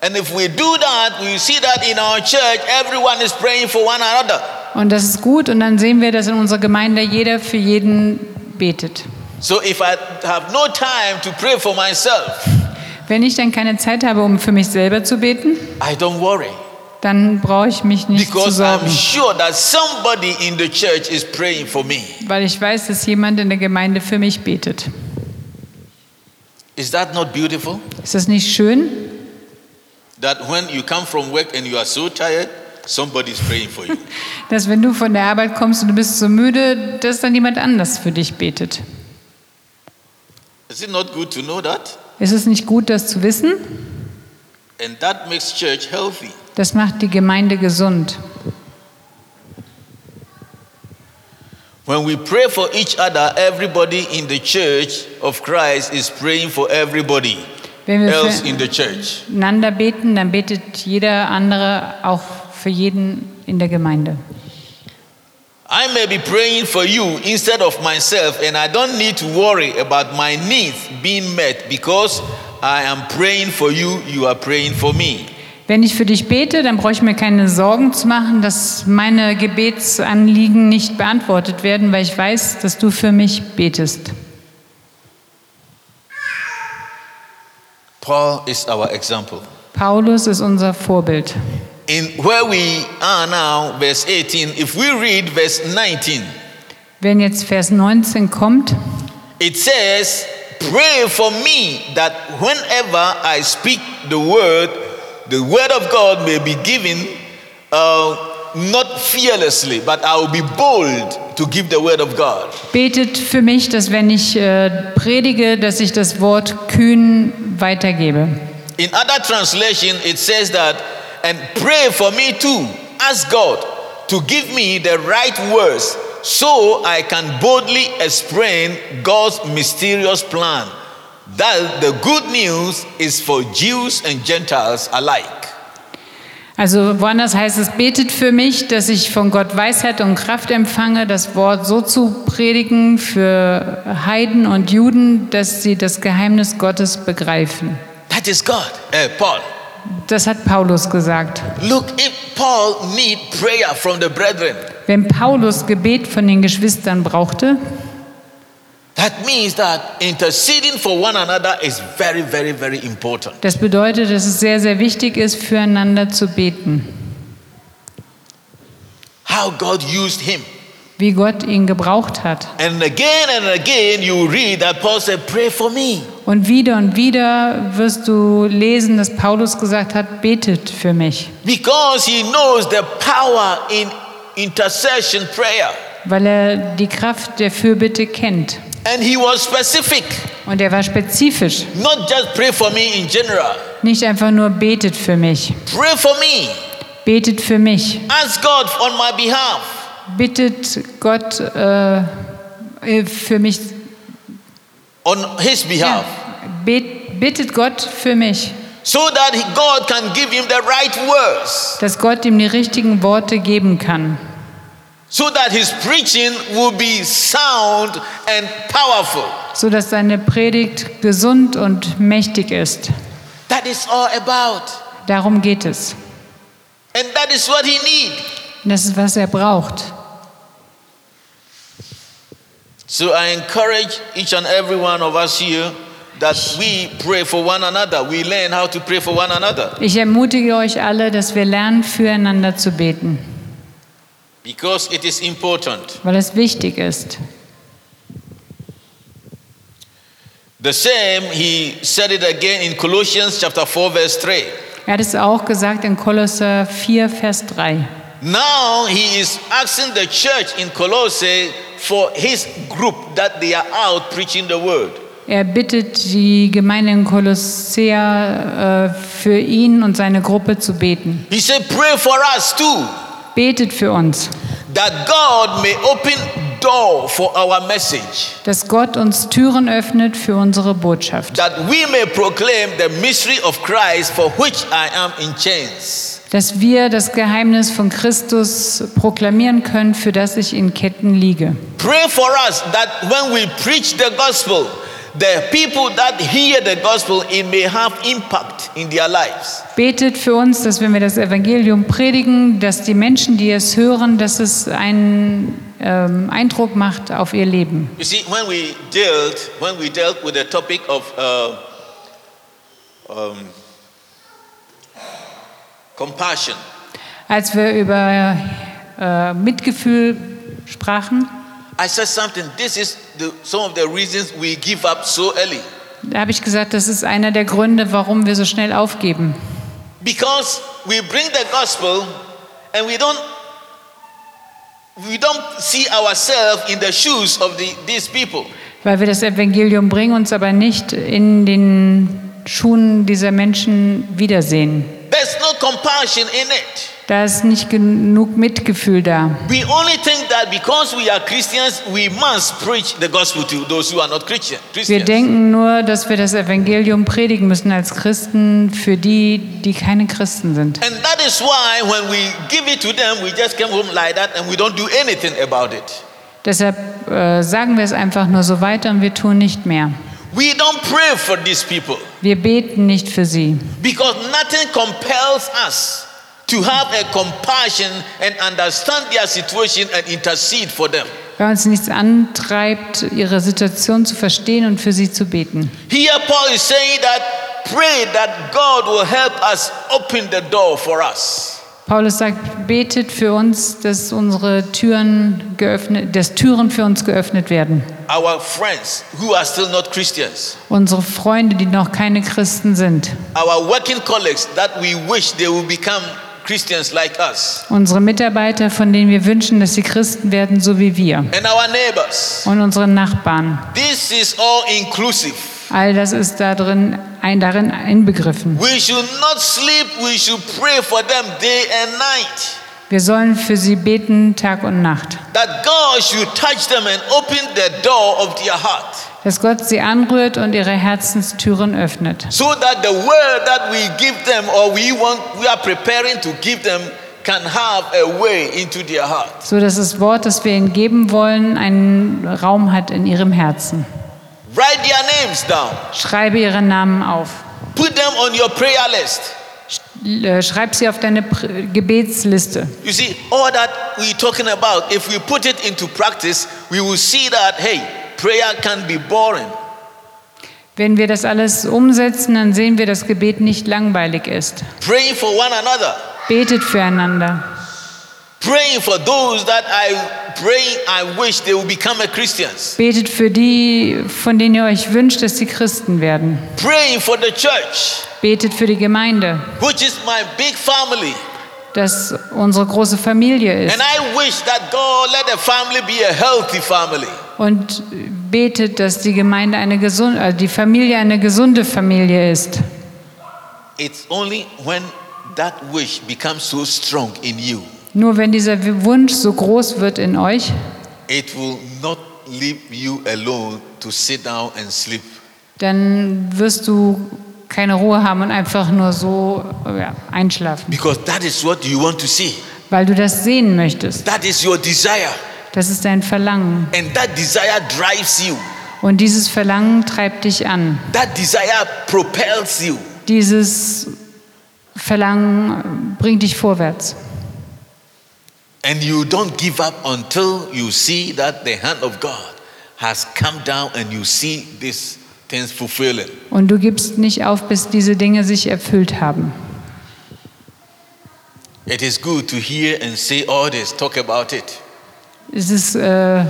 [SPEAKER 1] And if we do that, we see that in our church, everyone is praying for one another.
[SPEAKER 2] Und das ist gut und dann sehen wir, dass in unserer Gemeinde jeder für jeden betet.
[SPEAKER 1] So if I have no time to pray for myself,
[SPEAKER 2] Wenn ich dann keine Zeit habe, um für mich selber zu beten,
[SPEAKER 1] I don't worry.
[SPEAKER 2] dann brauche ich mich nicht zu
[SPEAKER 1] Because I'm
[SPEAKER 2] sorgen,
[SPEAKER 1] sure that somebody in the church is praying for me.
[SPEAKER 2] weil ich weiß, dass jemand in der Gemeinde für mich betet.
[SPEAKER 1] Is that not beautiful?
[SPEAKER 2] Ist das nicht schön?
[SPEAKER 1] That when you come from work and you are so tired, somebody is praying for you.
[SPEAKER 2] Dass wenn du von der Arbeit kommst und du bist so müde, dass dann jemand anders für dich betet.
[SPEAKER 1] is it not good to know that?
[SPEAKER 2] Ist es nicht gut, das zu wissen?
[SPEAKER 1] And that makes church healthy.
[SPEAKER 2] Das macht die Gemeinde gesund.
[SPEAKER 1] When we pray for each other, everybody in the church of Christ is praying for everybody
[SPEAKER 2] Wenn wir
[SPEAKER 1] else in the church.
[SPEAKER 2] füreinander beten, dann betet jeder andere auch für jeden in der Gemeinde.
[SPEAKER 1] I may be praying for you instead of myself, and I don't need to worry about my needs being met because I am praying for you, you are praying for me.
[SPEAKER 2] Wenn ich für dich bete, dann brauche ich mir keine Sorgen zu machen, dass meine Gebetsanliegen nicht beantwortet werden, weil ich weiß, dass du für mich betest.
[SPEAKER 1] Paul is our example.
[SPEAKER 2] Paulus ist unser Vorbild.
[SPEAKER 1] In where we are now, verse 18, if we read verse 19,
[SPEAKER 2] Wenn jetzt Vers 19 kommt,
[SPEAKER 1] It says, Pray for me that whenever I speak the word, the word of God may be given, uh, not fearlessly, but I will be bold to give the word of God.
[SPEAKER 2] betet für mich, dass wenn ich äh, predige, dass ich das Wort kühn weitergebe.
[SPEAKER 1] In other translation, it says that, and pray for me too. Ask God to give me the right words so I can boldly explain God's mysterious plan. That the good news is for Jews and Gentiles alike.
[SPEAKER 2] Also woanders heißt es, betet für mich, dass ich von Gott Weisheit und Kraft empfange, das Wort so zu predigen für Heiden und Juden, dass sie das Geheimnis Gottes begreifen.
[SPEAKER 1] That is God. Eh, Paul.
[SPEAKER 2] Das hat Paulus gesagt.
[SPEAKER 1] Look, if Paul need prayer from the brethren,
[SPEAKER 2] Wenn Paulus Gebet von den Geschwistern brauchte,
[SPEAKER 1] that means that interceding for one another is very, very, very important.
[SPEAKER 2] das bedeutet, dass es sehr, sehr wichtig ist, füreinander zu beten,
[SPEAKER 1] How God used him.
[SPEAKER 2] wie Gott ihn gebraucht hat.
[SPEAKER 1] And again and again, you read that Paul said, Pray for me.
[SPEAKER 2] Und wieder und wieder wirst du lesen, dass Paulus gesagt hat, betet für mich.
[SPEAKER 1] Because he knows the power in intercession prayer.
[SPEAKER 2] weil er die Kraft der Fürbitte kennt.
[SPEAKER 1] And he was specific,
[SPEAKER 2] Und er war spezifisch.
[SPEAKER 1] not just pray for me in general.
[SPEAKER 2] Nicht einfach nur betet für mich.
[SPEAKER 1] Pray for me.
[SPEAKER 2] Betet für mich.
[SPEAKER 1] Ask God on my behalf.
[SPEAKER 2] Bittet Gott äh, äh, für mich.
[SPEAKER 1] On his
[SPEAKER 2] Ja,
[SPEAKER 1] behalf.
[SPEAKER 2] bet, bittet Gott für mich,
[SPEAKER 1] so that he- God can give him the right words,
[SPEAKER 2] dass Gott ihm die richtigen Worte geben kann.
[SPEAKER 1] so that his preaching will be sound and powerful.
[SPEAKER 2] Sodass seine Predigt gesund und mächtig ist.
[SPEAKER 1] That is all about.
[SPEAKER 2] Darum geht es.
[SPEAKER 1] And that is what he need.
[SPEAKER 2] Und das ist, was er braucht.
[SPEAKER 1] So I encourage each and every one of us here that we pray for one another. We learn how to pray for one another
[SPEAKER 2] Ich ermutige euch alle, dass wir lernen, füreinander zu beten,
[SPEAKER 1] because it is important.
[SPEAKER 2] weil es wichtig ist.
[SPEAKER 1] The same, he said it again in Colossians chapter 4, verse 3.
[SPEAKER 2] Er hat es auch gesagt in Kolosser 4, Vers 3.
[SPEAKER 1] Now he is asking the church in Colossae for his group that they are out preaching the word.
[SPEAKER 2] Er bittet die Gemeinde in Kolossea äh, für ihn und seine Gruppe zu beten.
[SPEAKER 1] He said, Pray for us too,
[SPEAKER 2] Betet für uns,
[SPEAKER 1] that God may open door for our message,
[SPEAKER 2] dass Gott uns Türen öffnet für unsere Botschaft,
[SPEAKER 1] that we may proclaim the mystery of Christ for which I am in chains.
[SPEAKER 2] dass wir das Geheimnis von Christus proklamieren können, für das ich in Ketten liege.
[SPEAKER 1] Pray for us that when we preach the gospel, the people that hear the gospel, it may have impact in their lives.
[SPEAKER 2] Betet für uns, dass wenn wir das Evangelium predigen, dass die Menschen, die es hören, dass es einen ähm, Eindruck macht auf ihr Leben.
[SPEAKER 1] You see, when we dealt when we dealt with the topic of uh, um, compassion,
[SPEAKER 2] Als wir über äh, Mitgefühl sprachen,
[SPEAKER 1] I said something. This is the, some of the reasons we give up so early
[SPEAKER 2] Da habe ich gesagt, das ist einer der Gründe, warum wir so schnell aufgeben.
[SPEAKER 1] because we bring the gospel and we don't we don't see ourselves in the shoes of the, these people.
[SPEAKER 2] Weil wir das Evangelium bringen, uns aber nicht in den Schuhen dieser Menschen wiedersehen.
[SPEAKER 1] There's no compassion in it.
[SPEAKER 2] Da ist nicht genug Mitgefühl da.
[SPEAKER 1] We only think that because we are Christians, we must preach the gospel to those who are not Christian,
[SPEAKER 2] Wir
[SPEAKER 1] Christians.
[SPEAKER 2] denken nur, dass wir das Evangelium predigen müssen als Christen für die, die keine Christen sind.
[SPEAKER 1] And that is why when we give it to them, we just come home like that and we don't do anything about it.
[SPEAKER 2] Deshalb äh, sagen wir es einfach nur so weiter und wir tun nicht mehr.
[SPEAKER 1] We don't pray for these people
[SPEAKER 2] Wir beten nicht für sie,
[SPEAKER 1] because nothing compels us to have a compassion and understand their situation and intercede for them.
[SPEAKER 2] weil uns nichts antreibt, ihre Situation zu verstehen und für sie zu beten.
[SPEAKER 1] Here, Paul is saying that pray that God will help us open the door for us.
[SPEAKER 2] Paulus sagt, betet für uns, dass unsere Türen geöffnet, dass Türen für uns geöffnet werden.
[SPEAKER 1] Our friends who are still not Christians,
[SPEAKER 2] Unsere Freunde, die noch keine Christen sind,
[SPEAKER 1] our working colleagues that we wish they will become Christians like us,
[SPEAKER 2] unsere Mitarbeiter, von denen wir wünschen, dass sie Christen werden, so wie wir,
[SPEAKER 1] and our neighbors.
[SPEAKER 2] und unsere Nachbarn.
[SPEAKER 1] This is all inclusive.
[SPEAKER 2] All das ist darin, ein, darin einbegriffen.
[SPEAKER 1] We should not sleep, we should pray for them day and night.
[SPEAKER 2] Wir sollen für sie beten Tag und Nacht,
[SPEAKER 1] That God should touch them and open the door of their heart
[SPEAKER 2] dass Gott sie anrührt und ihre Herzenstüren öffnet.
[SPEAKER 1] so that the word that we give them or we want we are preparing to give them can have a way into their heart.
[SPEAKER 2] so dass das Wort, das wir ihnen geben wollen, einen Raum hat in ihrem Herzen.
[SPEAKER 1] Write their names down.
[SPEAKER 2] Schreibe ihre Namen auf.
[SPEAKER 1] Put them on your prayer list.
[SPEAKER 2] Sch- äh, Schreib sie auf deine Pr- Gebetsliste.
[SPEAKER 1] You see, all that we're talking about, if we put it into practice, we will see that hey, prayer can be boring.
[SPEAKER 2] Wenn wir das alles umsetzen, dann sehen wir, dass Gebet nicht langweilig ist.
[SPEAKER 1] Praying for one another.
[SPEAKER 2] Betet füreinander.
[SPEAKER 1] praying for those that I praying I wish they will become a Christians.
[SPEAKER 2] Betet für die, von denen ihr euch wünscht, dass sie Christen werden.
[SPEAKER 1] Praying for the church,
[SPEAKER 2] Betet für die Gemeinde,
[SPEAKER 1] which is my big family.
[SPEAKER 2] dass unsere große Familie
[SPEAKER 1] And
[SPEAKER 2] ist.
[SPEAKER 1] I wish that God let the family be a healthy family.
[SPEAKER 2] Und betet, dass die Gemeinde eine gesunde, äh, die Familie eine gesunde Familie ist.
[SPEAKER 1] It's only when that wish becomes so strong in you,
[SPEAKER 2] Nur wenn dieser Wunsch so groß wird in euch,
[SPEAKER 1] it will not leave you alone to sit down and sleep.
[SPEAKER 2] dann wirst du keine Ruhe haben und einfach nur so äh, ja, einschlafen,
[SPEAKER 1] Because that is what you want to see.
[SPEAKER 2] weil du das sehen möchtest.
[SPEAKER 1] That is your desire.
[SPEAKER 2] Das ist dein Verlangen.
[SPEAKER 1] And that desire drives you.
[SPEAKER 2] Und dieses Verlangen treibt dich an.
[SPEAKER 1] That desire propels you.
[SPEAKER 2] Dieses Verlangen äh, bringt dich vorwärts.
[SPEAKER 1] And you don't give up until you see that the hand of God has come down and you see these things fulfilling.
[SPEAKER 2] Und du gibst nicht auf, bis diese Dinge sich erfüllt haben.
[SPEAKER 1] It is good to hear and say all this, talk about it.
[SPEAKER 2] Es ist äh,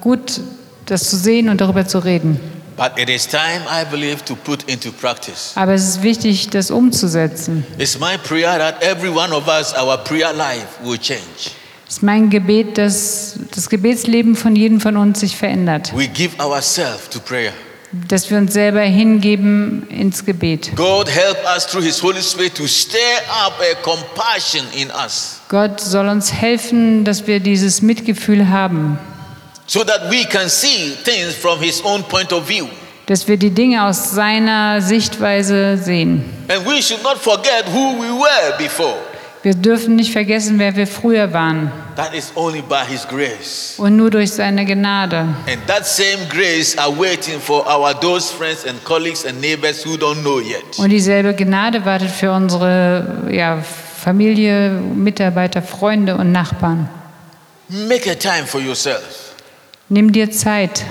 [SPEAKER 2] gut, das zu sehen und darüber zu reden.
[SPEAKER 1] But it is time, I believe, to put into practice.
[SPEAKER 2] Aber es ist wichtig, das umzusetzen.
[SPEAKER 1] It's my prayer that every one of us, our prayer life will change.
[SPEAKER 2] Es ist mein Gebet, dass das Gebetsleben von jedem von uns sich verändert.
[SPEAKER 1] We give ourselves to prayer.
[SPEAKER 2] Dass wir uns selber hingeben ins Gebet.
[SPEAKER 1] God help us through His Holy Spirit to stir up a compassion in us
[SPEAKER 2] Gott soll uns helfen, dass wir dieses Mitgefühl haben.
[SPEAKER 1] so that we can see things from His own point of view.
[SPEAKER 2] Dass wir die Dinge aus seiner Sichtweise sehen.
[SPEAKER 1] And we should not forget who we were before.
[SPEAKER 2] Wir dürfen nicht vergessen, wer wir früher waren.
[SPEAKER 1] That is only by His grace.
[SPEAKER 2] Und nur durch seine Gnade.
[SPEAKER 1] And that same grace are waiting for our those friends and colleagues and neighbors who don't know yet.
[SPEAKER 2] Und dieselbe Gnade wartet für unsere ja, Familie, Mitarbeiter, Freunde und Nachbarn.
[SPEAKER 1] Make a time for yourself.
[SPEAKER 2] Nimm dir Zeit.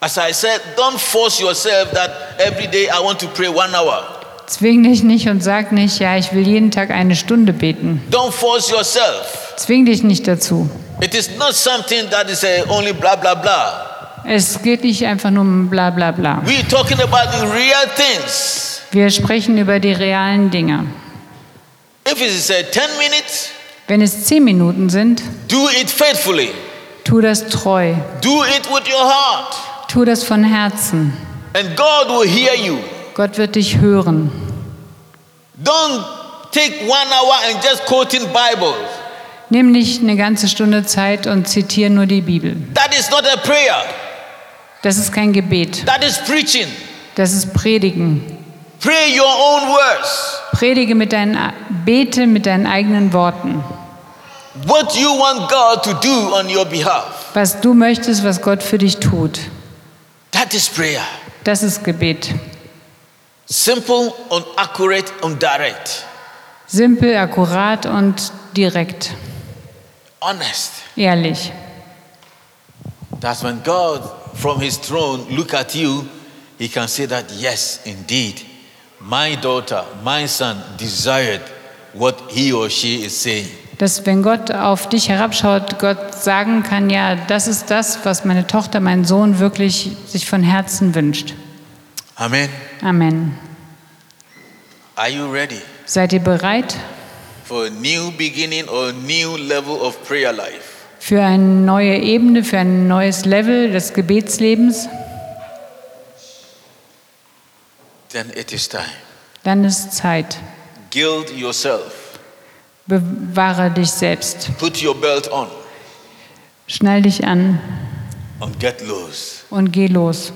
[SPEAKER 1] As I said, don't force yourself that every day I want to pray one hour.
[SPEAKER 2] Zwing dich nicht und sag nicht, ja, ich will jeden Tag eine Stunde beten.
[SPEAKER 1] Don't force yourself.
[SPEAKER 2] Zwing dich nicht dazu.
[SPEAKER 1] It is not something that is uh, only blah blah blah.
[SPEAKER 2] Es geht nicht einfach nur um bla bla bla.
[SPEAKER 1] We're talking about the real things.
[SPEAKER 2] Wir sprechen über die realen Dinge.
[SPEAKER 1] If it is uh, 10 minutes,
[SPEAKER 2] Wenn es zehn Minuten sind,
[SPEAKER 1] do it faithfully.
[SPEAKER 2] tu das treu.
[SPEAKER 1] Do it with your heart.
[SPEAKER 2] Tu das von Herzen.
[SPEAKER 1] And God will hear you.
[SPEAKER 2] Gott wird dich hören.
[SPEAKER 1] Don't take one hour and just quoting Bible.
[SPEAKER 2] Nimm nicht eine ganze Stunde Zeit und zitiere nur die Bibel.
[SPEAKER 1] That is not a prayer.
[SPEAKER 2] Das ist kein Gebet.
[SPEAKER 1] That is preaching.
[SPEAKER 2] Das ist Predigen.
[SPEAKER 1] Pray your own words.
[SPEAKER 2] Predige mit deinen, bete mit deinen eigenen Worten.
[SPEAKER 1] What you want God to do on your behalf.
[SPEAKER 2] Was du möchtest, was Gott für dich tut,
[SPEAKER 1] That is prayer.
[SPEAKER 2] das ist Gebet.
[SPEAKER 1] Simple, and accurate, and direct.
[SPEAKER 2] Simpel, akkurat und direkt,
[SPEAKER 1] Honest.
[SPEAKER 2] ehrlich.
[SPEAKER 1] That's when God from his throne look at you, he can say that yes, indeed, my daughter, my son desired what he or she is saying.
[SPEAKER 2] Dass wenn Gott auf dich herabschaut, Gott sagen kann, ja, das ist das, was meine Tochter, mein Sohn wirklich sich von Herzen wünscht.
[SPEAKER 1] Amen.
[SPEAKER 2] Amen.
[SPEAKER 1] Are you ready
[SPEAKER 2] Seid ihr bereit
[SPEAKER 1] for a new beginning or a new level of prayer life?
[SPEAKER 2] für eine neue Ebene, für ein neues Level des Gebetslebens?
[SPEAKER 1] Then it is time.
[SPEAKER 2] Dann ist Zeit.
[SPEAKER 1] Gild yourself.
[SPEAKER 2] Bewahre dich selbst.
[SPEAKER 1] Put your belt on
[SPEAKER 2] Schnall dich an
[SPEAKER 1] and get loose.
[SPEAKER 2] und geh los.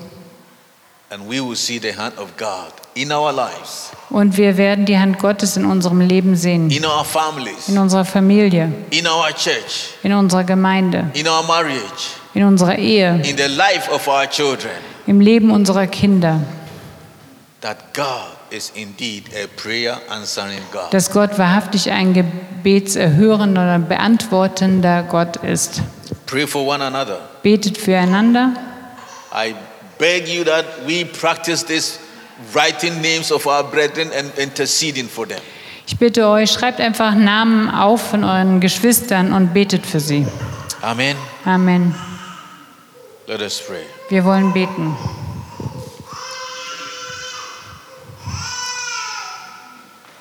[SPEAKER 1] And we will see the hand of God in our lives,
[SPEAKER 2] Und wir werden die Hand Gottes in unserem Leben sehen,
[SPEAKER 1] in our
[SPEAKER 2] in
[SPEAKER 1] families,
[SPEAKER 2] unserer Familie,
[SPEAKER 1] in our church,
[SPEAKER 2] in unserer Gemeinde,
[SPEAKER 1] in our marriage,
[SPEAKER 2] in unserer Ehe,
[SPEAKER 1] in the life of our children.
[SPEAKER 2] im Leben unserer Kinder,
[SPEAKER 1] that God is indeed a prayer answering God.
[SPEAKER 2] dass Gott wahrhaftig ein gebetserhörender oder beantwortender Gott ist.
[SPEAKER 1] Pray for one another.
[SPEAKER 2] Betet füreinander.
[SPEAKER 1] I beg you that we practice this writing names of our brethren and interceding for them.
[SPEAKER 2] Ich bitte euch, schreibt einfach Namen auf von euren Geschwistern und betet für sie.
[SPEAKER 1] Amen.
[SPEAKER 2] Amen.
[SPEAKER 1] Let us pray.
[SPEAKER 2] Wir wollen beten.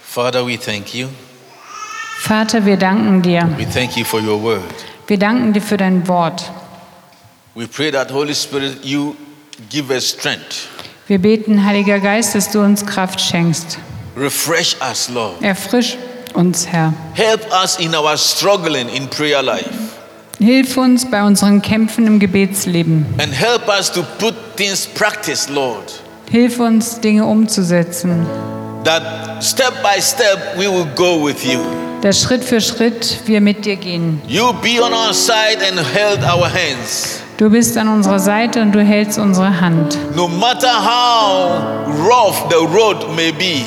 [SPEAKER 1] Father, we thank you.
[SPEAKER 2] Vater, wir danken dir.
[SPEAKER 1] We thank you for your word.
[SPEAKER 2] Wir danken dir für dein Wort.
[SPEAKER 1] We pray that Holy Spirit you give us strength.
[SPEAKER 2] Wir beten, Heiliger Geist, dass du uns Kraft schenkst.
[SPEAKER 1] Refresh us, Lord.
[SPEAKER 2] Erfrisch uns, Herr.
[SPEAKER 1] Help us in our struggling in prayer life
[SPEAKER 2] Hilf uns bei unseren Kämpfen im Gebetsleben.
[SPEAKER 1] and help us to put things practice, Lord.
[SPEAKER 2] Hilf uns, Dinge umzusetzen.
[SPEAKER 1] That step by step we will go with you.
[SPEAKER 2] Dass Schritt für Schritt wir mit dir gehen.
[SPEAKER 1] You be on our side and held our hands.
[SPEAKER 2] Du bist an unserer Seite und du hältst unsere Hand.
[SPEAKER 1] No matter how rough the road may be,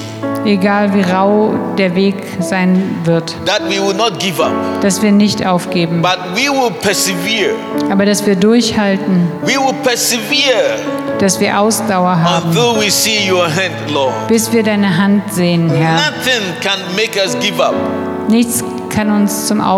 [SPEAKER 2] egal wie rau der Weg sein wird,
[SPEAKER 1] that we will not give up,
[SPEAKER 2] dass wir nicht aufgeben,
[SPEAKER 1] but we will persevere.
[SPEAKER 2] aber dass wir durchhalten,
[SPEAKER 1] We will persevere
[SPEAKER 2] dass wir Ausdauer haben,
[SPEAKER 1] until we see your hand, Lord.
[SPEAKER 2] bis wir deine Hand sehen, Herr.
[SPEAKER 1] Nothing can make us give up.
[SPEAKER 2] Nichts kann uns zum
[SPEAKER 1] And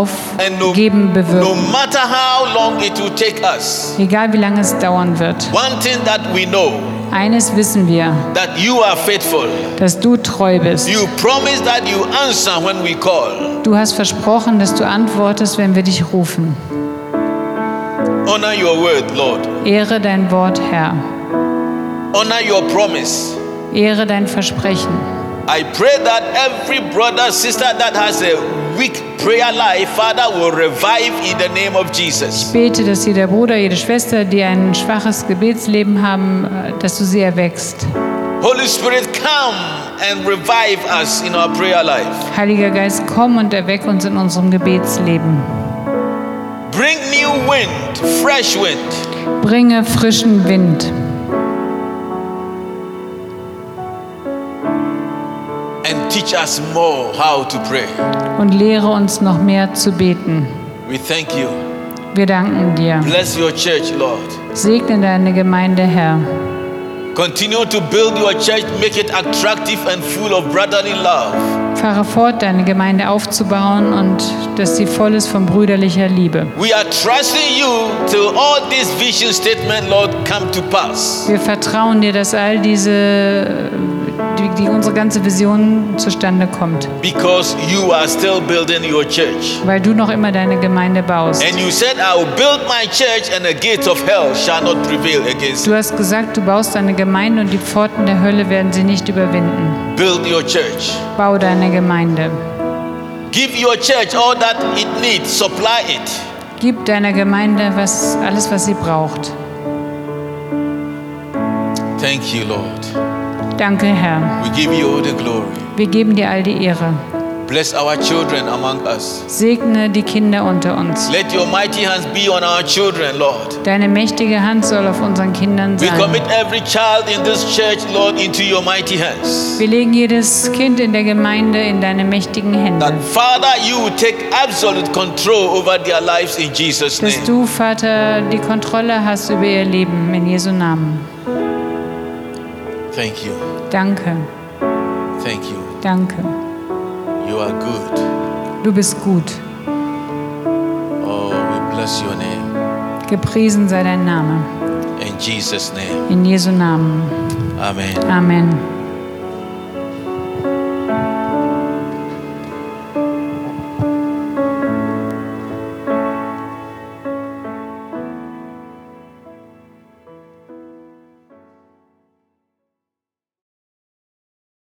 [SPEAKER 1] no,
[SPEAKER 2] Aufgeben
[SPEAKER 1] no
[SPEAKER 2] bewirken,
[SPEAKER 1] matter how long it will take us,
[SPEAKER 2] egal wie lange es dauern wird.
[SPEAKER 1] one thing that we know
[SPEAKER 2] Eines wissen wir,
[SPEAKER 1] that you are faithful.
[SPEAKER 2] dass du treu bist.
[SPEAKER 1] You promise that you answer when we call.
[SPEAKER 2] Du hast versprochen, dass du antwortest, wenn wir dich rufen.
[SPEAKER 1] Honor your word, Lord.
[SPEAKER 2] Ehre dein Wort, Herr.
[SPEAKER 1] Honor your promise.
[SPEAKER 2] Ehre dein Versprechen.
[SPEAKER 1] I pray that every brother, sister that has a weak prayer life, Father, will revive in the name of Jesus.
[SPEAKER 2] bete, dass jeder Bruder, jede Schwester, die ein schwaches Gebetsleben haben, äh, dass du sie erwächst.
[SPEAKER 1] Holy Spirit, come and revive us in our prayer life.
[SPEAKER 2] Heiliger Geist, komm und erweck uns in unserem Gebetsleben.
[SPEAKER 1] Bring new wind, fresh wind.
[SPEAKER 2] Bringe frischen Wind
[SPEAKER 1] And teach us more how to pray.
[SPEAKER 2] und lehre uns noch mehr zu beten.
[SPEAKER 1] We thank you.
[SPEAKER 2] Wir danken dir.
[SPEAKER 1] Bless your church, Lord.
[SPEAKER 2] Segne deine Gemeinde, Herr.
[SPEAKER 1] Continue to build your church, make it attractive and full of brotherly love.
[SPEAKER 2] Fahre fort, deine Gemeinde aufzubauen und dass sie voll ist von brüderlicher Liebe.
[SPEAKER 1] We are trusting you till all these vision statements, Lord, come to pass.
[SPEAKER 2] Wir vertrauen dir, dass all diese, äh, die, die unsere ganze Vision zustande kommt,
[SPEAKER 1] Because you are still building your church.
[SPEAKER 2] weil du noch immer deine Gemeinde baust.
[SPEAKER 1] And you said, I will build my church, and the gates of hell shall not prevail against it.
[SPEAKER 2] Du hast gesagt, du baust deine Gemeinde und die Pforten der Hölle werden sie nicht überwinden.
[SPEAKER 1] Build your church.
[SPEAKER 2] Bau deine Gemeinde.
[SPEAKER 1] Give your church all that it needs, supply it.
[SPEAKER 2] Gib deiner Gemeinde was, alles, was sie braucht.
[SPEAKER 1] Thank you, Lord.
[SPEAKER 2] Danke, Herr.
[SPEAKER 1] We give you all the glory.
[SPEAKER 2] Wir geben dir all die Ehre.
[SPEAKER 1] Bless our children among us.
[SPEAKER 2] Segne die Kinder unter uns.
[SPEAKER 1] Let your mighty hands be on our children, Lord.
[SPEAKER 2] Deine mächtige Hand soll auf unseren Kindern
[SPEAKER 1] We
[SPEAKER 2] sein.
[SPEAKER 1] commit every child in this church, Lord, into your mighty hands.
[SPEAKER 2] Wir legen jedes Kind in der Gemeinde in deine mächtigen Hände.
[SPEAKER 1] That, Father, you will take absolute control over their lives in Jesus'
[SPEAKER 2] Dass
[SPEAKER 1] name.
[SPEAKER 2] du, Vater, die Kontrolle hast über ihr Leben. In Jesu Namen.
[SPEAKER 1] Thank you.
[SPEAKER 2] Danke,
[SPEAKER 1] Thank you.
[SPEAKER 2] danke.
[SPEAKER 1] You are good.
[SPEAKER 2] Du bist gut.
[SPEAKER 1] Oh, we bless your name.
[SPEAKER 2] Gepriesen sei dein Name.
[SPEAKER 1] In Jesus' name.
[SPEAKER 2] In Jesu Namen.
[SPEAKER 1] Amen.
[SPEAKER 2] Amen.